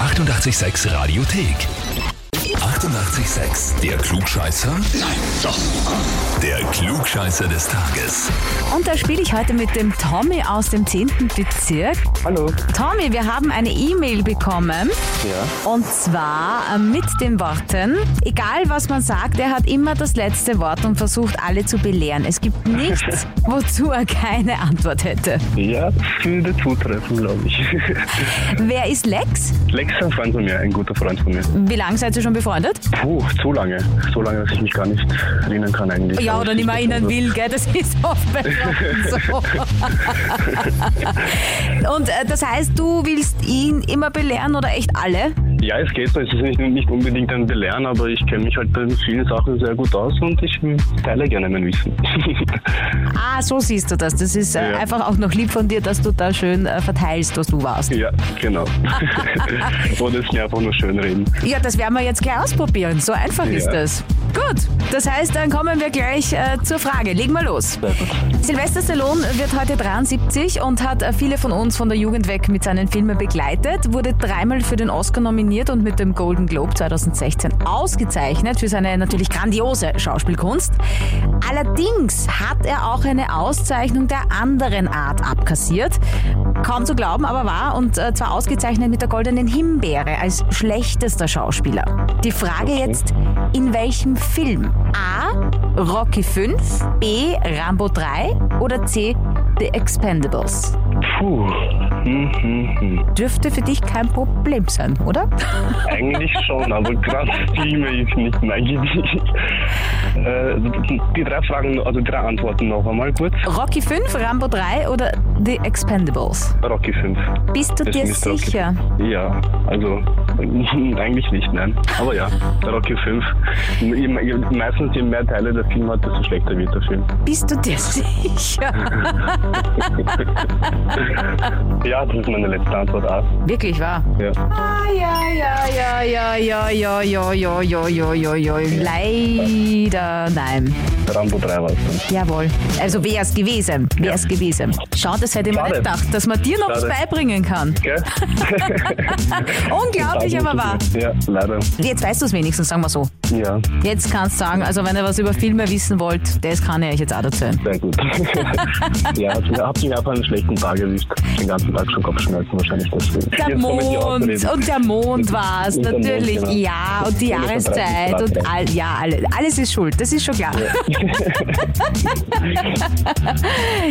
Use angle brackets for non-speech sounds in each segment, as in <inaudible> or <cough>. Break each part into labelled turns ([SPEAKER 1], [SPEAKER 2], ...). [SPEAKER 1] 886 Radiothek. 88,6. Der Klugscheißer? Nein, doch. Der Klugscheißer des Tages.
[SPEAKER 2] Und da spiele ich heute mit dem Tommy aus dem 10. Bezirk.
[SPEAKER 3] Hallo.
[SPEAKER 2] Tommy, wir haben eine E-Mail bekommen.
[SPEAKER 3] Ja.
[SPEAKER 2] Und zwar äh, mit den Worten, egal was man sagt, er hat immer das letzte Wort und versucht alle zu belehren. Es gibt
[SPEAKER 3] <laughs>
[SPEAKER 2] nichts, wozu er keine Antwort hätte.
[SPEAKER 3] Ja, würde zutreffen, glaube ich. <laughs>
[SPEAKER 2] Wer ist Lex?
[SPEAKER 3] Lex ist ein Freund von mir, ein guter Freund von mir.
[SPEAKER 2] Wie lange seid ihr schon befreundet?
[SPEAKER 3] Puh, zu lange. So lange, dass ich mich gar nicht erinnern kann eigentlich. Also,
[SPEAKER 2] Ja,
[SPEAKER 3] Aber
[SPEAKER 2] oder
[SPEAKER 3] es
[SPEAKER 2] nicht
[SPEAKER 3] ist
[SPEAKER 2] mehr erinnern
[SPEAKER 3] so.
[SPEAKER 2] will, gell? Das ist oft bei Leuten
[SPEAKER 3] <laughs>
[SPEAKER 2] so. Und äh, das heißt, du willst ihn immer belehren oder echt alle?
[SPEAKER 3] Ja, es geht so. Es ist nicht, nicht unbedingt ein Belehren, aber ich kenne mich halt bei vielen Sachen sehr gut aus und ich teile gerne mein Wissen. <laughs>
[SPEAKER 2] Ah, so siehst du das. Das ist äh,
[SPEAKER 3] Ja.
[SPEAKER 2] einfach auch noch lieb von dir, dass du da schön äh, verteilst, was du warst.
[SPEAKER 3] ja, genau. <laughs> Oder es mir einfach nur schön reden.
[SPEAKER 2] Ja, das werden wir jetzt gleich ausprobieren. So einfach ist
[SPEAKER 3] Ja.
[SPEAKER 2] das. Gut, das heißt, dann kommen wir gleich äh, zur Frage. Legen wir los. Sylvester Stallone wird heute 73 und hat äh, viele von uns von der Jugend weg mit seinen Filmen begleitet, wurde dreimal für den Oscar nominiert und mit dem Golden Globe 2016 ausgezeichnet für seine natürlich grandiose Schauspielkunst. Allerdings hat er auch eine Auszeichnung der anderen Art abkassiert. Kaum zu glauben, aber war und äh, zwar ausgezeichnet mit der Goldenen Himbeere als schlechtester Schauspieler. Die Frage
[SPEAKER 3] Okay.
[SPEAKER 2] jetzt, in welchem Film? A. Rocky 5, B. Rambo 3 oder C. The Expendables?
[SPEAKER 3] Puh. Hm, hm, hm.
[SPEAKER 2] Dürfte für dich kein Problem sein, <laughs> oder?
[SPEAKER 3] Eigentlich schon, aber gerade Filme ist nicht mein Gebiet. Äh, die drei Fragen, also die drei Antworten noch einmal kurz.
[SPEAKER 2] Rocky 5, Rambo 3 oder The Expendables?
[SPEAKER 3] Rocky 5.
[SPEAKER 2] Bist du
[SPEAKER 3] Es
[SPEAKER 2] dir
[SPEAKER 3] ist Rocky
[SPEAKER 2] sicher?
[SPEAKER 3] 5. Ja, also <laughs> eigentlich nicht, nein. Aber ja, Rocky 5. Je, me- je, meistens je mehr Teile der Film hat, desto schlechter wird der Film.
[SPEAKER 2] Bist du dir <laughs> sicher?
[SPEAKER 3] Ja, das ist meine letzte Antwort A.
[SPEAKER 2] Wirklich wahr?
[SPEAKER 3] Ja.
[SPEAKER 2] Ah, ja, ja, ja, ja, ja, ja, ja, ja, ja, ja, ja, ja. Leider nein.
[SPEAKER 3] Rambo 3 war es dann.
[SPEAKER 2] Jawohl. Also wär's gewesen. Wär's gewesen. Schau, das hätte ich mir
[SPEAKER 3] Schade.
[SPEAKER 2] nicht gedacht, dass man dir noch was
[SPEAKER 3] Schade.
[SPEAKER 2] beibringen kann. <laughs>
[SPEAKER 3] Gell?
[SPEAKER 2] Unglaublich, aber wahr.
[SPEAKER 3] Ja, leider.
[SPEAKER 2] Jetzt weißt du es wenigstens, sagen wir so.
[SPEAKER 3] Ja,
[SPEAKER 2] Jetzt kannst du sagen, also wenn ihr was über Filme wissen wollt, das kann ich euch jetzt auch erzählen.
[SPEAKER 3] sehr gut. ja, also hat mich, hab mich einfach einen schlechten Tag erwischt. Den ganzen Tag schon Kopfschmerzen wahrscheinlich deswegen.
[SPEAKER 2] Der
[SPEAKER 3] Jetzt kommen die
[SPEAKER 2] Mond
[SPEAKER 3] Ausreden.
[SPEAKER 2] und der Mond war es,
[SPEAKER 3] Und der Mond,
[SPEAKER 2] natürlich.
[SPEAKER 3] genau.
[SPEAKER 2] Ja, und die
[SPEAKER 3] Und das war
[SPEAKER 2] Jahreszeit
[SPEAKER 3] 30
[SPEAKER 2] und
[SPEAKER 3] Grad,
[SPEAKER 2] all, ja, alle, alles ist schuld, das ist schon klar. <laughs>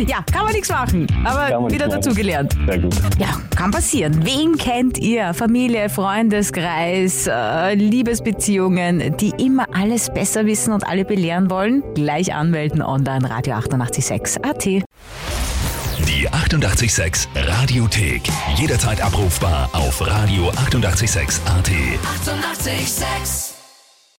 [SPEAKER 2] ja, kann man nichts machen,
[SPEAKER 3] Kann
[SPEAKER 2] aber
[SPEAKER 3] man
[SPEAKER 2] wieder
[SPEAKER 3] nicht machen.
[SPEAKER 2] dazugelernt.
[SPEAKER 3] Sehr gut.
[SPEAKER 2] Ja, kann passieren. Wen kennt ihr? Familie, Freundeskreis, äh, Liebesbeziehungen, die immer alles besser wissen und alle belehren wollen? Gleich anmelden online Radio 886 AT.
[SPEAKER 1] Die 88,6 Radiothek. Jederzeit abrufbar auf radio886.at. 88,6.
[SPEAKER 4] Eighty-eight, sex.